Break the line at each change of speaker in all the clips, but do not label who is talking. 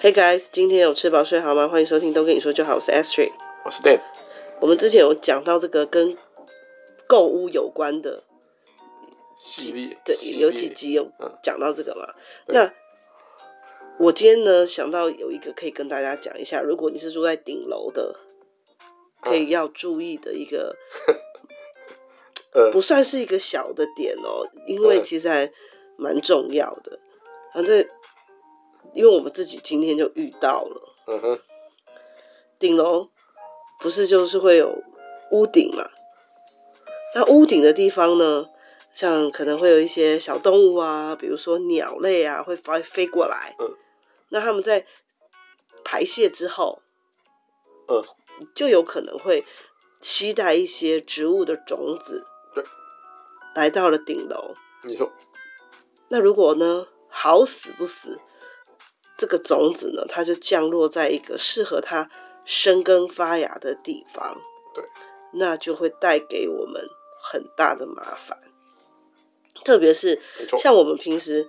Hey guys，今天有吃饱睡好吗？欢迎收听，都跟你说就好。我是 Astrid。
我是 Dan，
我们之前有讲到这个跟购物有关的，
系列
对，
系列
有几集有
嗯
讲到这个嘛？
对
那我今天呢想到有一个可以跟大家讲一下，如果你是住在顶楼的，
啊
可以要注意的一个，
呃
不算是一个小的点哦，因为
嗯
其实还蛮重要的。反正因为我们自己今天就遇到了。
嗯哼，
顶楼不是就是会有屋顶嘛？那屋顶的地方呢，像可能会有一些小动物啊，比如说鸟类啊，会飞飞过来。
嗯
那它们在排泄之后，
呃，
就有可能会期待一些植物的种子，
对，
来到了顶楼。
你说
那如果呢，好死不死，这个种子呢，它就降落在一个适合它生根发芽的地方，
对，
那就会带给我们很大的麻烦。特别是
没错，
像我们平时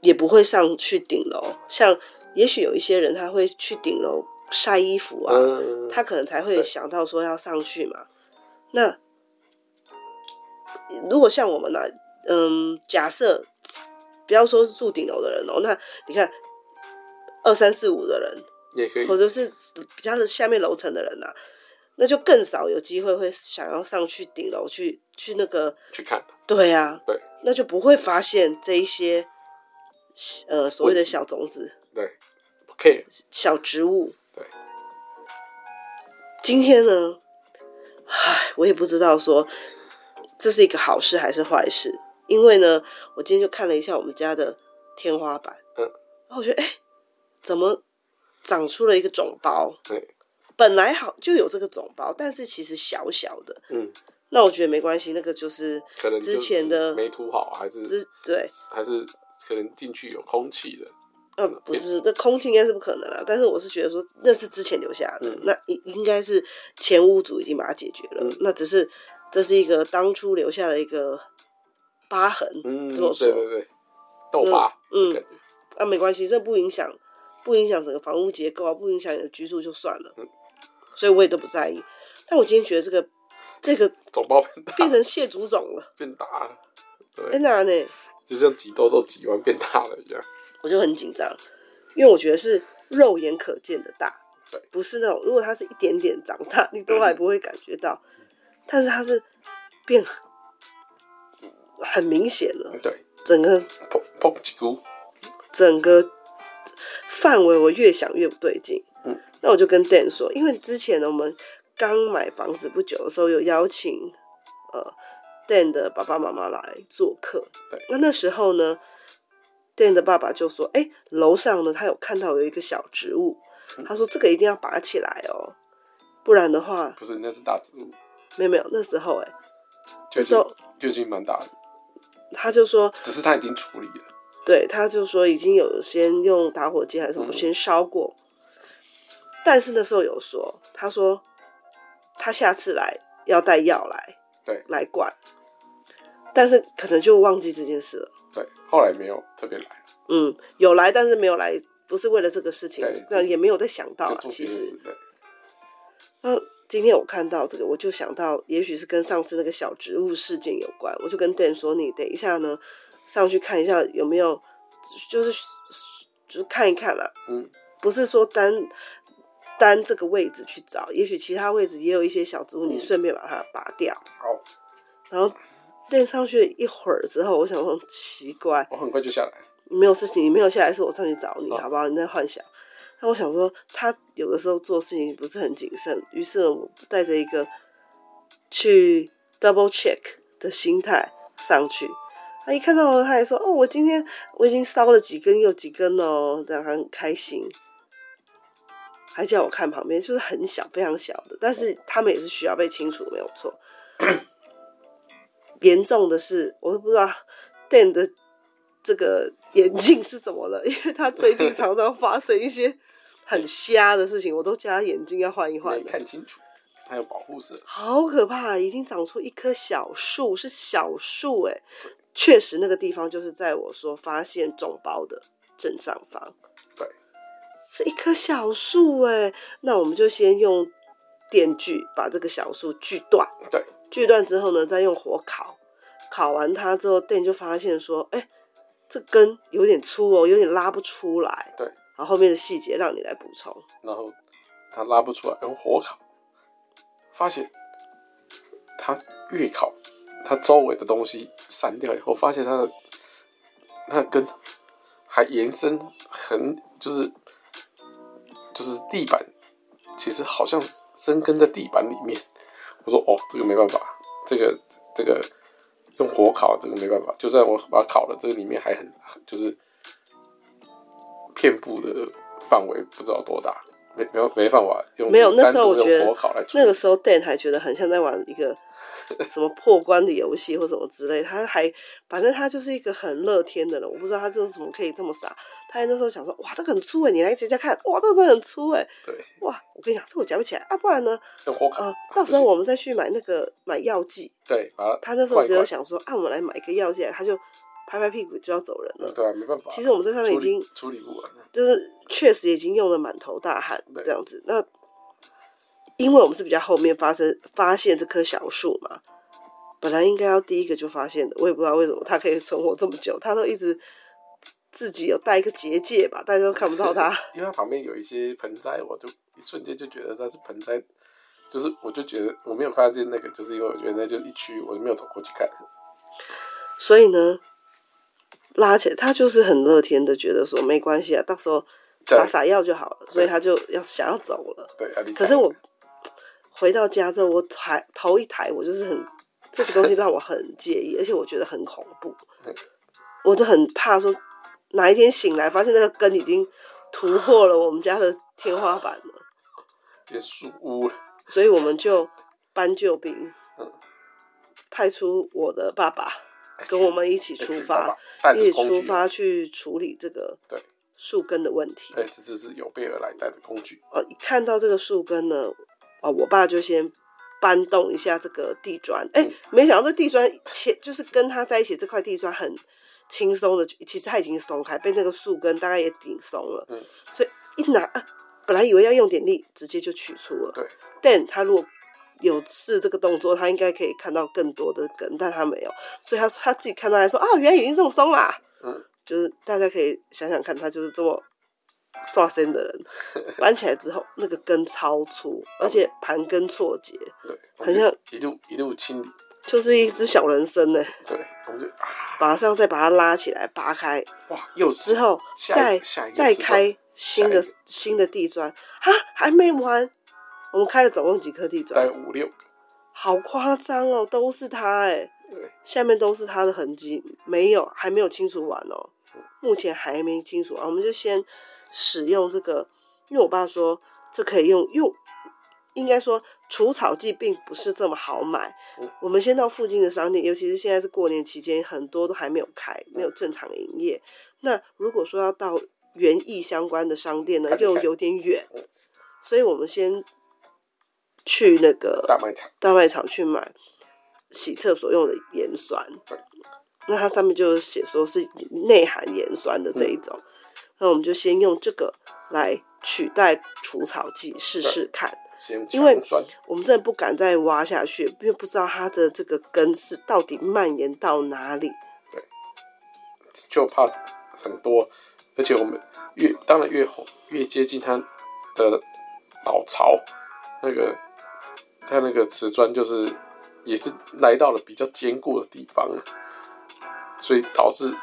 也不会上去顶楼，像也许有一些人他会去顶楼晒衣服啊，
嗯，
他可能才会
对
想到说要上去嘛。那如果像我们呢、嗯，假设不要说是住顶楼的人哦，那你看二三四五的人，
也可以
或，者是比较下面楼层的人呐、那就更少有机会会想要上去顶楼去去那个，
去看，
对啊，
对，
那就不会发现这一些呃所谓的
问题
小种子。
对，不 care，
小植物。
对。
今天呢，唉，我也不知道说这是一个好事还是坏事，因为呢，我今天就看了一下我们家的天花板，
嗯
然后我觉得，哎，怎么长出了一个肿包？
对，
本来好就有这个肿包，但是其实小小的，
嗯，
那我觉得没关系，那个就是
可能就
之
是
前的
没涂好，还是
之对，
还是可能进去有空气的，
呃，不是，这空气应该是不可能了。啊但是我是觉得说，那是之前留下的，
嗯
那应应该是前屋主已经把它解决了。
嗯
那只是这是一个当初留下的一个疤痕，
嗯，
这么说，
对对对，痘疤，
嗯
感觉，
啊，没关系，这不影响，不影响整个房屋结构啊，不影响你的居住就算了。
嗯
所以我也都不在意。但我今天觉得这个这个
肿包变大
变成蟹足肿了，
变大了，
哎
对，
那呢，
就像挤痘痘挤完变大了一样，
我就很紧张，因为我觉得是肉眼可见的大
对，
不是那种如果它是一点点长大，你都还不会感觉到，但是它是变很很明显了，
对，
整个
砰砰几股，
整个范围我越想越不对劲。
嗯，
那我就跟 Dan 说，因为之前呢我们刚买房子不久的时候有邀请呃 Dan 的爸爸妈妈来做客。
对
那那时候呢，Dan 的爸爸就说：“哎、楼上呢他有看到有一个小植物，
嗯
他说这个一定要拔起来哦，不然的话
不是那是大植物，
没有没有。”那时候哎、
就已
时
经
候
就已经蛮大的，
他就说
只是它已经处理了，
对，他就说已经有先用打火机还是什么
嗯
先烧过，但是那时候有说，他说他下次来要带药来，
对
来灌，但是可能就忘记这件事了。
对，后来没有特别来，
嗯，有来，但是没有来，不是为了这个事情
对，
那也没有再想到
就
啊。
做
其
别的
实
事，，对，
那今天我看到这个，我就想到，也许是跟上次那个小植物事件有关。我就跟 Dan 说，你等一下呢，上去看一下有没有，就是就是看一看啦、
嗯，
不是说单单这个位置去找，也许其他位置也有一些小植物，你
嗯
顺便把它拔掉。
好，
然后 Dan 上去一会儿之后，我想说嗯奇怪，
我很快就下来了。
没有事情，你没有下来是我上去找你，
好
好不好？你在幻想。那我想说，他有的时候做事情不是很谨慎，于是呢我带着一个去 double check 的心态上去。他一看到我，他还说：“哦，我今天我已经烧了几根又几根哦，这样他很开心。”还叫我看旁边，就是很小，非常小的，但是他们也是需要被清除，没有错。严重的是，我都不知道 Dan 的这个眼镜是怎么了，因为他最近常常发生一些很瞎的事情，我都叫他眼镜要换一换
没
了。
看清楚，还有保护色，
好可怕！已经长出一棵小树，是小树哎、确实那个地方就是在我说发现肿包的正上方。
对，
是一棵小树哎，那我们就先用电锯把这个小树锯断，
对，
锯断之后呢，再用火烤，烤完它之后，店就发现说，哎、这根有点粗哦，有点拉不出来，
对，
然后后面的细节让你来补充，
然后它拉不出来，用火烤，发现它越烤，它周围的东西散掉以后，发现它的那根还延伸很，就是就是地板，其实好像生根在地板里面。我说哦，这个没办法，这个这个用火烤啊这个没办法，就算我把它烤了，这个里面还很就是遍布的范围不知道多大，没没有没办法用
没有那
单
时候
独
我觉
用
得
火烤来处
那
理
个时候 Dan 还觉得很像在玩一 个什么破关的游戏或什么之类，他还反正他就是一个很乐天的人，我不知道他这种怎么可以这么傻。他还那时候想说，哇，这个很粗哎，你来夹夹看，哇，这个真的很粗哎，
对，
哇，我跟你讲，这我夹不起来啊，不然呢，
用火烤。
呃，
不
到时候
行
我们再去买那个买药剂。
对，把它
他那时候只有
换一
想说，啊，我们来买一个药剂来，他就拍拍屁股就要走人
换
了。
对啊，没办法。
其实我们在上面已
处理
经
处理不完了，
就是确实已经用得满头大汗
对
这样子。那因为我们是比较后面发生发现这棵小树嘛，本来应该要第一个就发现的，我也不知道为什么它可以存活这么久，它都一直自己有带一个结界吧，大家都看不到它。
因为它旁边有一些盆栽，我就一瞬间就觉得它是盆栽，就是我就觉得我没有发现那个，就是因为我觉得那就一区，我就没有走过去看。
所以呢，拉起来，他就是很乐天的，觉得说没关系啊，到时候
对
撒撒药就好了，所以
对
他就要想要走了。
对啊，你
可是我回到家之后，我抬头一抬，我就是很这个东西让我很介意，而且我觉得很恐怖
嗯，
我就很怕说哪一天醒来发现那个根已经突破了我们家的天花板了，
变树屋了，
所以我们就搬救兵
嗯，
派出我的爸爸
哎
跟我们一起出发，，
带
一起
着工
出
具，
发去处理这个
对
树根的问题。
对，这次是有备而来带着工具，
呃，一看到这个树根呢，啊，我爸就先搬动一下这个地砖。哎、
嗯
没想到这地砖前就是跟他在一起这块地砖很轻松的，其实它已经松开，被那个树根大概也顶松了。
嗯
所以一拿、啊，本来以为要用点力，直接就取出了。
对，
但他如果有试这个动作，他应该可以看到更多的根，但他没有，所以他他自己看到还说啊，原来已经这么松啦。
嗯，
就是大家可以想想看，他就是这么刷身的人。搬起来之后，那个根超粗，而且盘根错节，
对，我
很
们就
像
一路一路清理，
就是一只小人参呢。
对，我们就啊，
马上再把它拉起来，拔开
哇，又是
之后，
下一
再
下一个
再
池
开新的
下一
新的地砖啊，还没完。我们开了总共几颗地
大概
砖，
五六个，
好夸张哦，都是它哎、
对，
下面都是它的痕迹，没有，还没有清除完哦，
嗯
目前还没清除完，我们就先使用这个，因为我爸说这可以用，用应该说除草剂并不是这么好买
嗯，
我们先到附近的商店，尤其是现在是过年期间，很多都还没有开，没
嗯
有正常营业。那如果说要到园艺相关的商店呢
还，没
又
开
有点远
嗯，
所以我们先去那个
大卖场，
大卖场去买洗厕所用的盐酸
对，
那它上面就写说是内含盐酸的这一种，
嗯
那我们就先用这个来取代除草剂试
嗯
试看。
先
因为
强酸，
我们真的不敢再挖下去，因为不知道它的这个根是到底蔓延到哪里。
就怕很多，而且我们越当然越红越接近它的老巢，那个它那个瓷砖就是也是来到了比较坚固的地方了，所以导致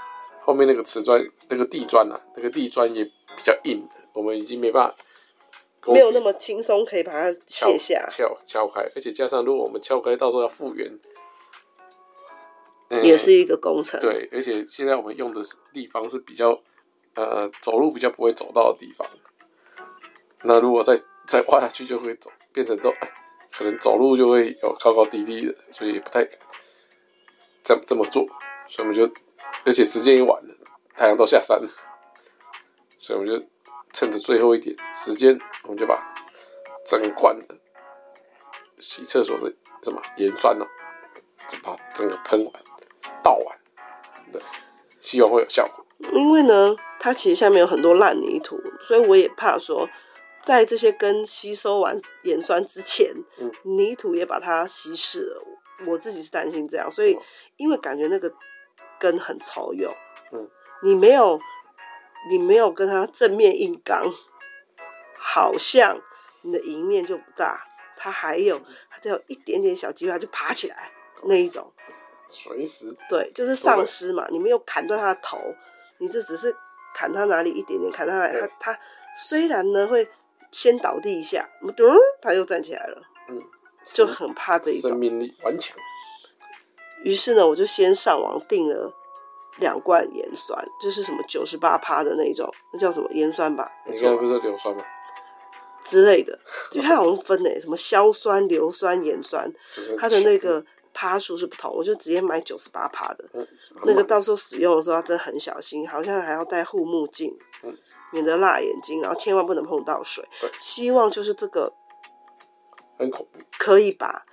后面那个瓷砖那个地砖啊，那个地砖也比较硬，我们已经没办法工
没
具
有那么轻松可以把它
撬
卸下，
撬撬开，而且加上如果我们撬开，到时候要复原。嗯
也是一个工程。，
对，而且现在我们用的是地方是比较，呃，走路比较不会走到的地方。那如果再再挖下去，就会走变成都，哎，可能走路就会有高高低低的，所以也不太敢这这么做。所以我们就，而且时间也晚了，太阳都下山了，所以我们就趁着最后一点时间，我们就把整罐的洗厕所的什么盐酸呢、哦就把它整个喷完倒完。希望会有效果。
因为呢，它其实下面有很多烂泥土，所以我也怕说，在这些根吸收完盐酸之前，
嗯
泥土也把它稀释了。我自己是担心这样，所以
哦
因为感觉那个根很潮涌，
嗯，
你没有你没有跟它正面硬刚，好像你的赢面就不大，它还有
嗯
它只有一点点小机会，它就爬起来那一种。
随时
对，就是丧尸嘛，你没有砍断他的头，你这只是砍他哪里一点点，砍他哪里，
对
他他虽然呢会先倒地一下，嗯，他又站起来了，就很怕这一
生
种。
命力顽强，
于是呢，我就先上网订了两罐盐酸，就是什么九十八趴的那种，那叫什么盐酸吧，
你刚才不是说硫酸吗？
之类 的，就它好像分诶、什么硝酸、硫酸、盐酸，
就是
它的那个趴数是不同，我就直接买九十八趴的。
嗯很
那个
猛
到时候使用的时候要真的很小心，好像还要戴护目镜
嗯，
免得辣眼睛，然后千万不能碰到水
对。
希望就是这个
很恐怖，
可以把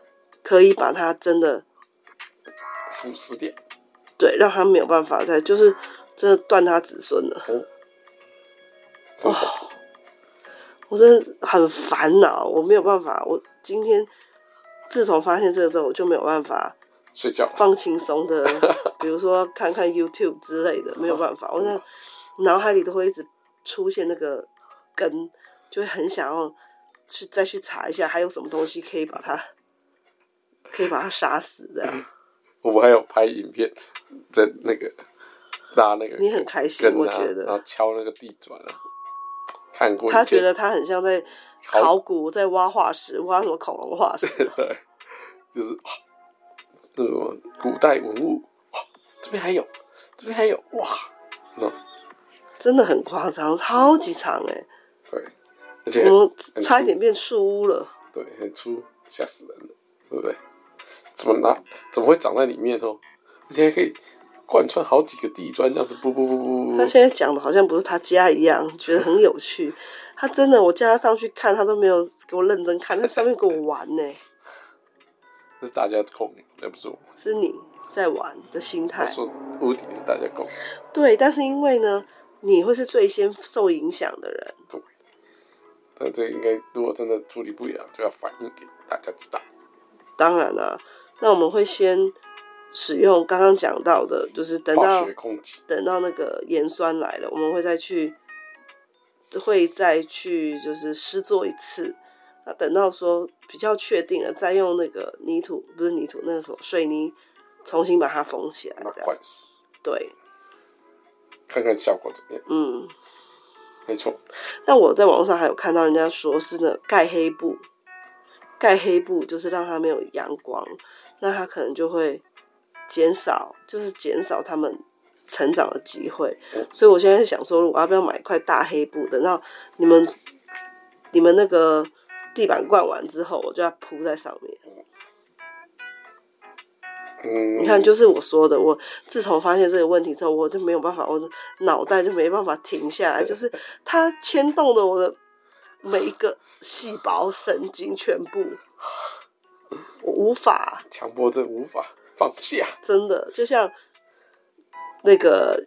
可以把它真的
腐蚀掉。
对，让它没有办法再就是真的断它子孙了。哦
很恐怖
我真的很烦恼，我没有办法。我今天自从发现这个之后，我就没有办法
睡觉吧，
放轻松的， 比如说看看 YouTube 之类的，没有
哦
办法，我那脑海里都会一直出现那个根，就会很想要去再去查一下，还有什么东西可以把 它可以把它杀死这样。
我们还有拍影片，在那个拉那个
你很开心
根啊，
我觉得
然后敲那个地砖啊，看过
他
影片
觉得他很像在
考。
考古，在挖化石，挖什么恐龙化石
对，就是哇，那种古代文物，哇，这边还有，这边还有，哇，那种
真的很夸张，超级长哎、
对，而且
我们
很
差一
粗
点变树屋了。
对很粗，吓死人了，对不对？怎么拿？怎么会长在里面哦？而且还可以贯穿好几个地砖，这样子，不不不不
他
不，
现在讲的好像不是他家一样，觉得很有趣。他真的，我叫他上去看，他都没有给我认真看，在上面给我玩呢、
那是大家的空，那不是我。
是你在玩的心
我
态。
说屋顶是大家共
对，但是因为呢，你会是最先受影响的人，
共，那这应该如果真的处理不了，就要反映给大家知道。
当然啦、那我们会先使用刚刚讲到的，就是等
化
到
学空气，
等到那个盐酸来了，我们会再去，会再去就是施做一次。那等到说比较确定了，再用那个泥土不是泥土，那个什么水泥重新把它封起来
那。
这样
管死，
对，
看看效果怎么样。
嗯。
没错，
但我在网上还有看到人家说是呢盖黑布，盖黑布就是让它没有阳光，那它可能就会减少，就是减少它们成长的机会
嗯。
所以我现在想说，我要不要买一块大黑布？等到你们你们那个地板灌完之后，我就要铺在上面。
嗯，
你看，就是我说的，我自从发现这个问题之后，我就没有办法，我的脑袋就没办法停下来，就是它牵动了我的每一个细胞、神经全部，我无法
强迫症无法放下，
真的，就像那个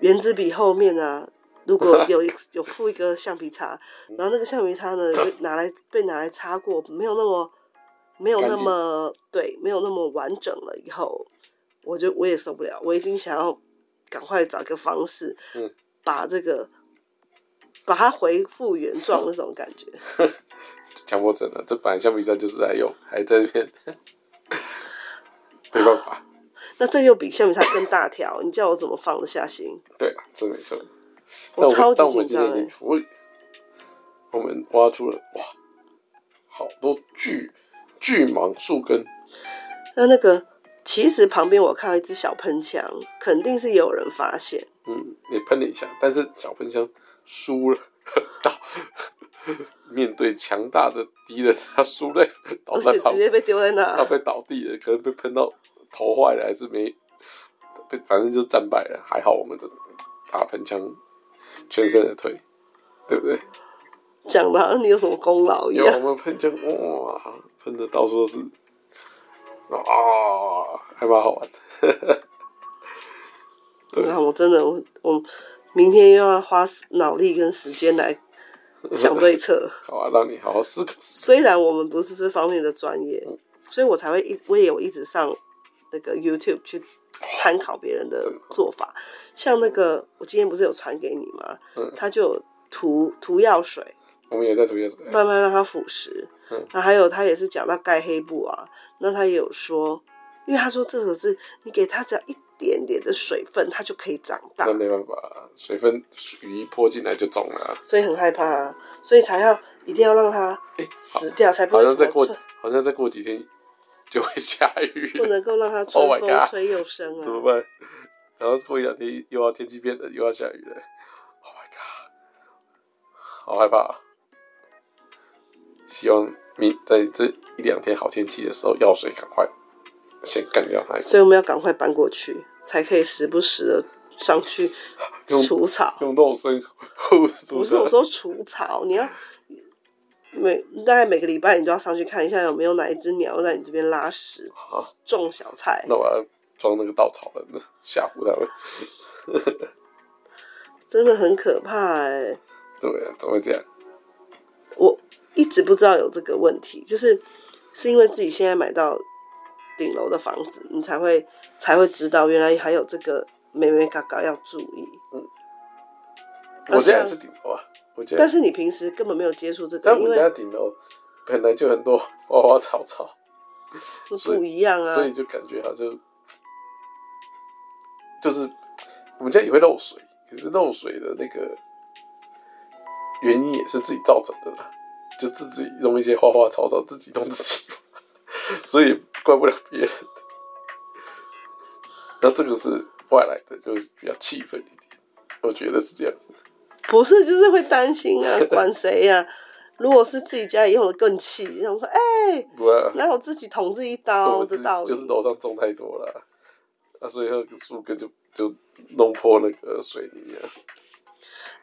圆珠笔后面啊，如果有一 有附一个橡皮擦，
嗯
然后那个橡皮擦呢被拿来被拿来擦过，没有那么没有那
干净
么对，没有那么完整了以后，我就我也受不了，我一定想要赶快找个方式，
嗯
把这个把它恢复原状那种感觉。
强迫症了。这版橡皮擦就是在用，还在那边， 没办法。
那这又比橡皮擦更大条，你叫我怎么放得下心？
对了，这没错。
我
但
超
们但
级
我们
紧
今
张
天
哎、
已经处理，我们挖出了哇，好多巨巨蟒树根，
那那个其实旁边我看到一只小喷枪，肯定是有人发现。
嗯，也喷了一下，但是小喷枪输了，倒面对强大的敌人，他输了，倒
而
在
且
旁
直接被丢在
他
那，
被倒地了，可能被喷到头坏了，还是没被，反正就战败了。还好我们的打喷枪全身而退，对不对？
讲的好像你有什么功劳一
有
样。
我们喷枪，哇，喷的到处都是，哦啊，还蛮好玩的。
嗯你
对
看，我真的，我我明天又要花脑力跟时间来想对策。
好啊，让你好好思考。
虽然我们不是这方面的专业，所以我才会一我也有一直上那个 YouTube 去参考别人的做法。像那个我今天不是有传给你吗？
嗯
它就有涂涂药水，
我们也在涂鸦，
慢慢让它腐蚀。
嗯
那还有他也是讲到盖黑布啊，那他也有说，因为他说这个是你给它只要一点点的水分，它就可以长大
那，没办法，水分雨一泼进来就中了啊、
所以很害怕啊，所以才要一定要让它死掉，才不
哎
会
好像
什
再
么
过
春，
好像再过几天就会下雨
不
了，
能够让它
Oh my
春风
God
吹又生
怎么
啊。
办？ 然后过一两天又要天气变冷，又要下雨了，Oh my god，好害怕、啊！希望明在这一两天好天气的时候，药水赶快先干掉它，
所以我们要赶快搬过去，才可以时不时的上去
用
除草。
用肉身护住它。
不是我说除草，你要每大概每个礼拜你都要上去看一下有没有哪一只鸟在你这边拉屎
好
种小菜
那，我要装那个稻草人，吓唬他们。
真的很可怕哎、
对啊，怎么会这样？
我一直不知道有这个问题，就是是因为自己现在买到顶楼的房子，你才会才会知道原来还有这个美美嘎嘎要注意。但是啊
我现在是顶楼啊，我现在
但，是你平时根本没有接触这个，
但
因
我们家
为
顶楼本来就很多花花草草，所以
不一样啊
所。以就感觉好像就是我们家也会漏水，可是漏水的那个原因也是自己造成的啦，就自己弄一些花花草草，自己弄自己， 所以怪不了别人。那这个是外来的，就是比较气愤一点，我觉得是这样。
不是，就是会担心啊，管谁呀、如果是自己家里用的更气，然后说哎、
不然
哪有自己捅自己一
我
刀
们
的
自
道理？
就是楼上种太多了啊，啊，所以那个树根就就弄破那个水泥啊。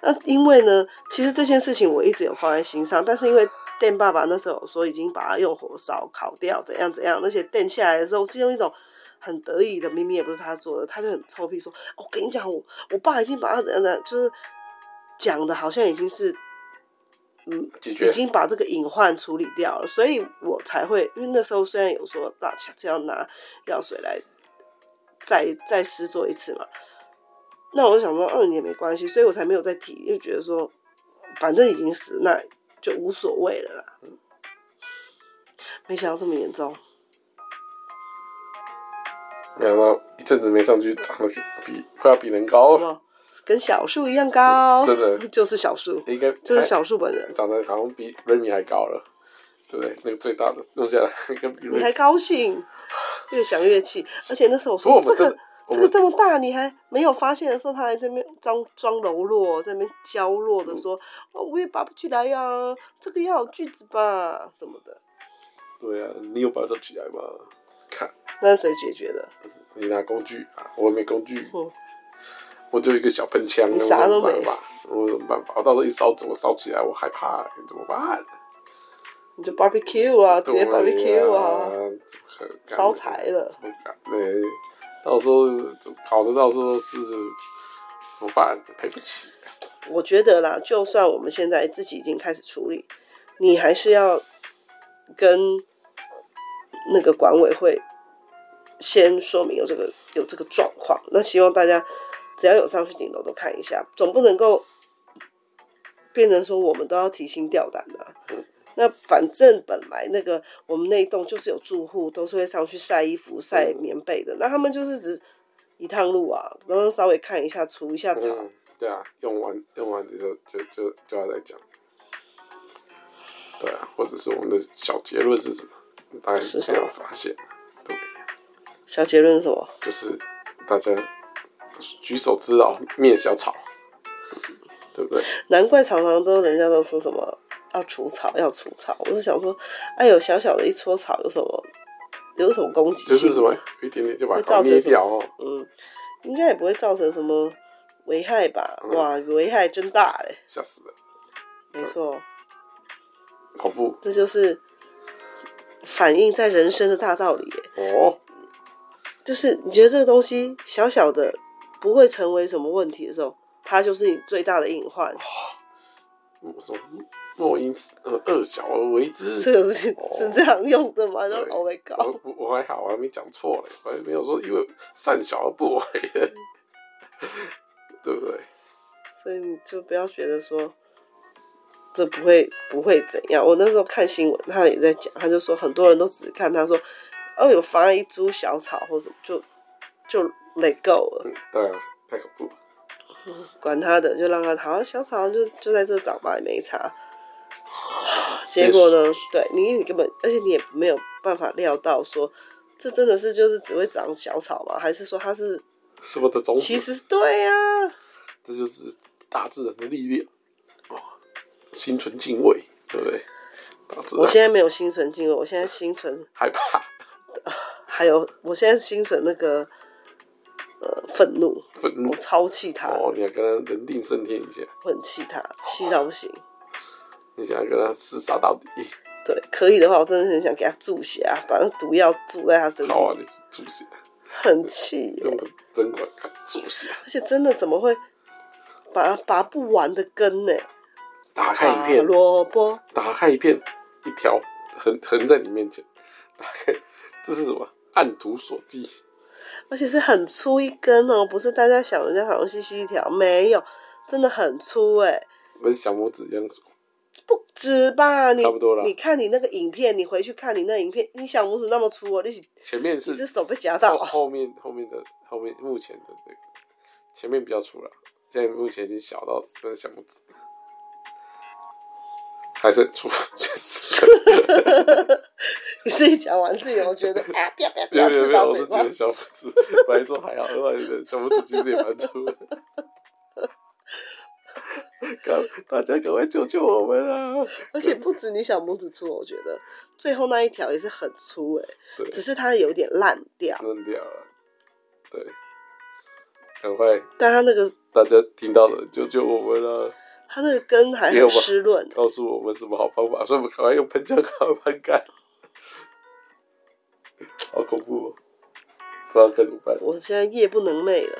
那因为呢，其实这件事情我一直有放在心上，但是因为电爸爸那时候有说已经把它用火烧烤掉，怎样怎样，而且电下来的时候是用一种很得意的，明明也不是他做的，他就很臭屁说：“哦我跟你讲，我我爸已经把它怎样怎样，就是讲的好像已经是。”嗯，
解决
已经把这个隐患处理掉了，所以我才会，因为那时候虽然有说那下次要拿药水来再再施做一次嘛，那我就想说，嗯，也没关系，所以我才没有再提，就觉得说，反正已经死，那就无所谓了啦。没想到这么严重，
没想到一阵子没上去，长得比快要比人高
什，么跟小树一样高，
真的
就是小树，
应该
就是
还
小树本人。
长得好像比 Remy 还高了，对不对？那个最大的弄下来应该比
你还
Remy。
高兴，越想越气。而且那时候我说
不过我
这
们真
个
的，我
这个
们
这么大，你还没有发现的时候，他还在那边装装柔弱，在那边娇弱的说：“哦，我也拔不起来呀、这个要有锯子吧，什么的。
对啊，你有把它起来吗？看”
那是谁解决的？
你拿工具啊，我没工具，
嗯
我就一个小喷枪，
你啥都没
我有什么办法，我有什么办法？我到时候一烧怎么烧起来？我害怕，怎么办？
你就 barbecue 啊，直接
对
barbecue
啊
啊，，
怎么可能
烧柴了。
怎么敢呢？到时候搞得到时候是怎么办？赔不起。
我觉得啦，就算我们现在自己已经开始处理，你还是要跟那个管委会先说明有这个有这个状况。那希望大家只要有上去顶楼都看一下，总不能够变成说我们都要提心吊胆的啊、
嗯
那反正本来那个我们那一栋就是有住户都是会上去晒衣服、晒
嗯
棉被的，那他们就是只一趟路啊，然后稍微看一下、除一下草。
嗯，对啊，用完用完就就就就要再讲。对啊，或者是我们的小结论是什么？大概
啊
是这样发现，对，
小结论是什么？
就是大家举手之劳灭小草，对 不对？
难怪常常都人家都说什么要除草，要除草。我就想说，哎呦，小小的一撮草有什么有什么攻击
就是
性？
什么有一点点就把
会造
它
成
灭
什么
掉哦。
嗯，应该也不会造成什么危害吧？
嗯
哇，危害真大嘞！
吓死人，
没错，
恐怖
这就是反映在人生的大道理耶。
哦！
就是你觉得这个东西小小的不会成为什么问题的时候，它就是你最大的隐患。
我说莫因呃恶小而为之。
这个是
哦
是这样用的吗？就
对
Oh my God！
我我我还好，我啊还没讲错嘞，我还没有说因为善小而不为， 对不对？
所以你就不要觉得说这不会不会怎样。我那时候看新闻，他也在讲，他就说很多人都只看他说哦有防一株小草或什么，就就 let go 了，
嗯，对啊，太恐怖了。
管他的，就让他好像小草就就在这长吧，也没差。结
也
果呢？对你，你根本，而且你也没有办法料到说，这真的是就是只会长小草吗？还是说它是
什么的种子，
其实对呀、
这就是大自然的力量，哦，心存敬畏，对不对？大自
我
然
现在没有心存敬畏，我现在心存
害怕
还有我现在心存那个呃愤怒，
愤怒
我，超气他，
哦，你要跟他人定胜天一下，
我很气他，气到不行。
你想要跟他厮杀到底，
对，可以的话，我真的很想给他注血啊，把那毒药注在他身
好
上，
啊，你注血，
很气耶，
用针管给他注血，
而且真的怎么会拔拔不完的根呢？
打开一
拔
片，
萝卜，
打开一片，一条横横在你面前，打开，这是什么？按图索骥，
而且是很粗一根哦，不是大家想的那好像细细一条，没有，真的很粗哎。
跟小拇指一样粗，
不止吧？你
差不多啦
你看你那个影片，你回去看你那影片，你小拇指那么粗哦，你是
前面
你
是
是手被夹到
后
啊？
后面后面的后面目前的这个前面比较粗了，现在目前已经小到跟小拇指，还是很粗，确实。
你自己讲完自己，我觉得啊，不要不要不
没有
要
没有
吃
没
到
有，我
嘴
是觉
巴
得，小拇指本来说还好，后来觉得小拇指其实也蛮粗的。赶大家赶快救救我们啊！
而且不止你小拇指粗，我觉得最后那一条也是很粗诶、
对
只是它有点烂掉，
扔掉了，对，赶快
但它那个
大家听到了救救我们啊！
它那个根还
没有
很
吧
湿润，
告诉我们什么好方法，所以我们赶快用喷枪赶 快喷干，好恐怖哦！不知道该怎么办。
我现在夜不能寐了，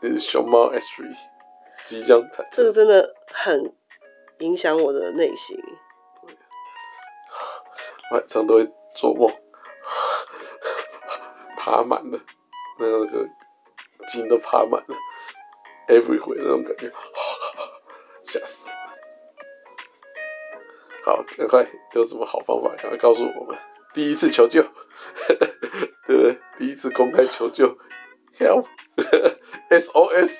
那是呃熊猫 S 3即将产
这个真
生，
的很影响我的内心。
晚上都会做梦， 爬满了，那个筋都爬满了，every 回那种感觉， 吓死！好，赶快有什么好方法，赶快告诉我们。第一次求救， 对不对？第一次公开求救，help，SOS，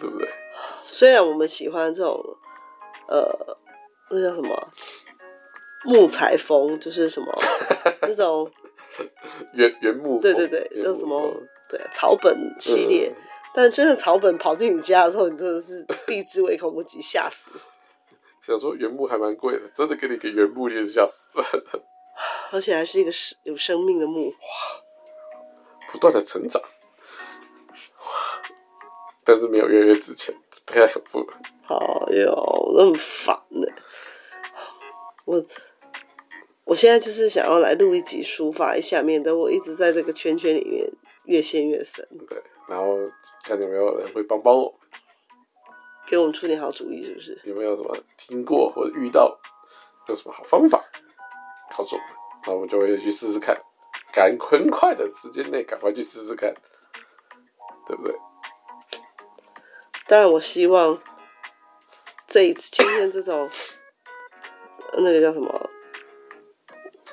对不对？
虽然我们喜欢这种呃，那叫什么啊木材风，就是 什么那种
原原木风，哦
对对对
原
那
木
什么
风
对草本系列。
嗯
但真的草本跑进你家的时候，你真的是避之唯恐不及，吓死！
想说原木还蛮贵的，真的给你给原木，你也是吓死了。
而且还是一个是有生命的木，
不断的成长，但是没有越来越值钱，太恐怖了。
哎呦，那很烦呢、我我现在就是想要来录一集书法，下面的我一直在这个圈圈里面越陷越深，
对，然后看有没有人会帮帮我，
给我们出点好主意，是不是？
有没有什么听过或者遇到有什么好方法告诉我们，那我们就会去试试看，赶很快的时间内赶快去试试看，对不对？
当然，我希望这一次今天这种呃那个叫什么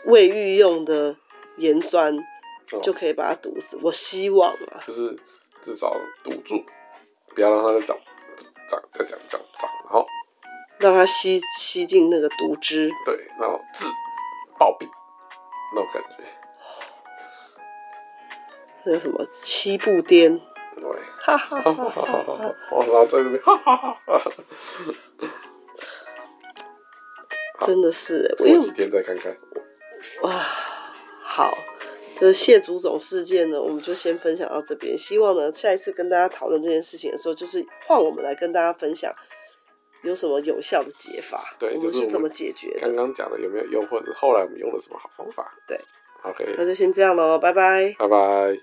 卫浴用的盐酸
哦
就可以把它堵死。我希望啊，
就是至少堵住，不要让它再长长再长长长，然后
让它吸吸进那个毒汁。
对，然后治暴毙那种感觉，
那个什么七步颠，
对。
哈哈哈哈
哈哈哈哈！然后在那边哈哈哈哈，
真的是欸，我
过
因为
几天再看看。
好，这谢祖总事件呢，我们就先分享到这边。希望呢，下一次跟大家讨论这件事情的时候，就是换我们来跟大家分享有什么有效的解法，我
对就
们
是
是
我们
怎么解决的。
刚刚讲的有没有用，或者后来我们用了什么好方法？
对
，OK，
那就先这样喽，拜拜。
拜拜。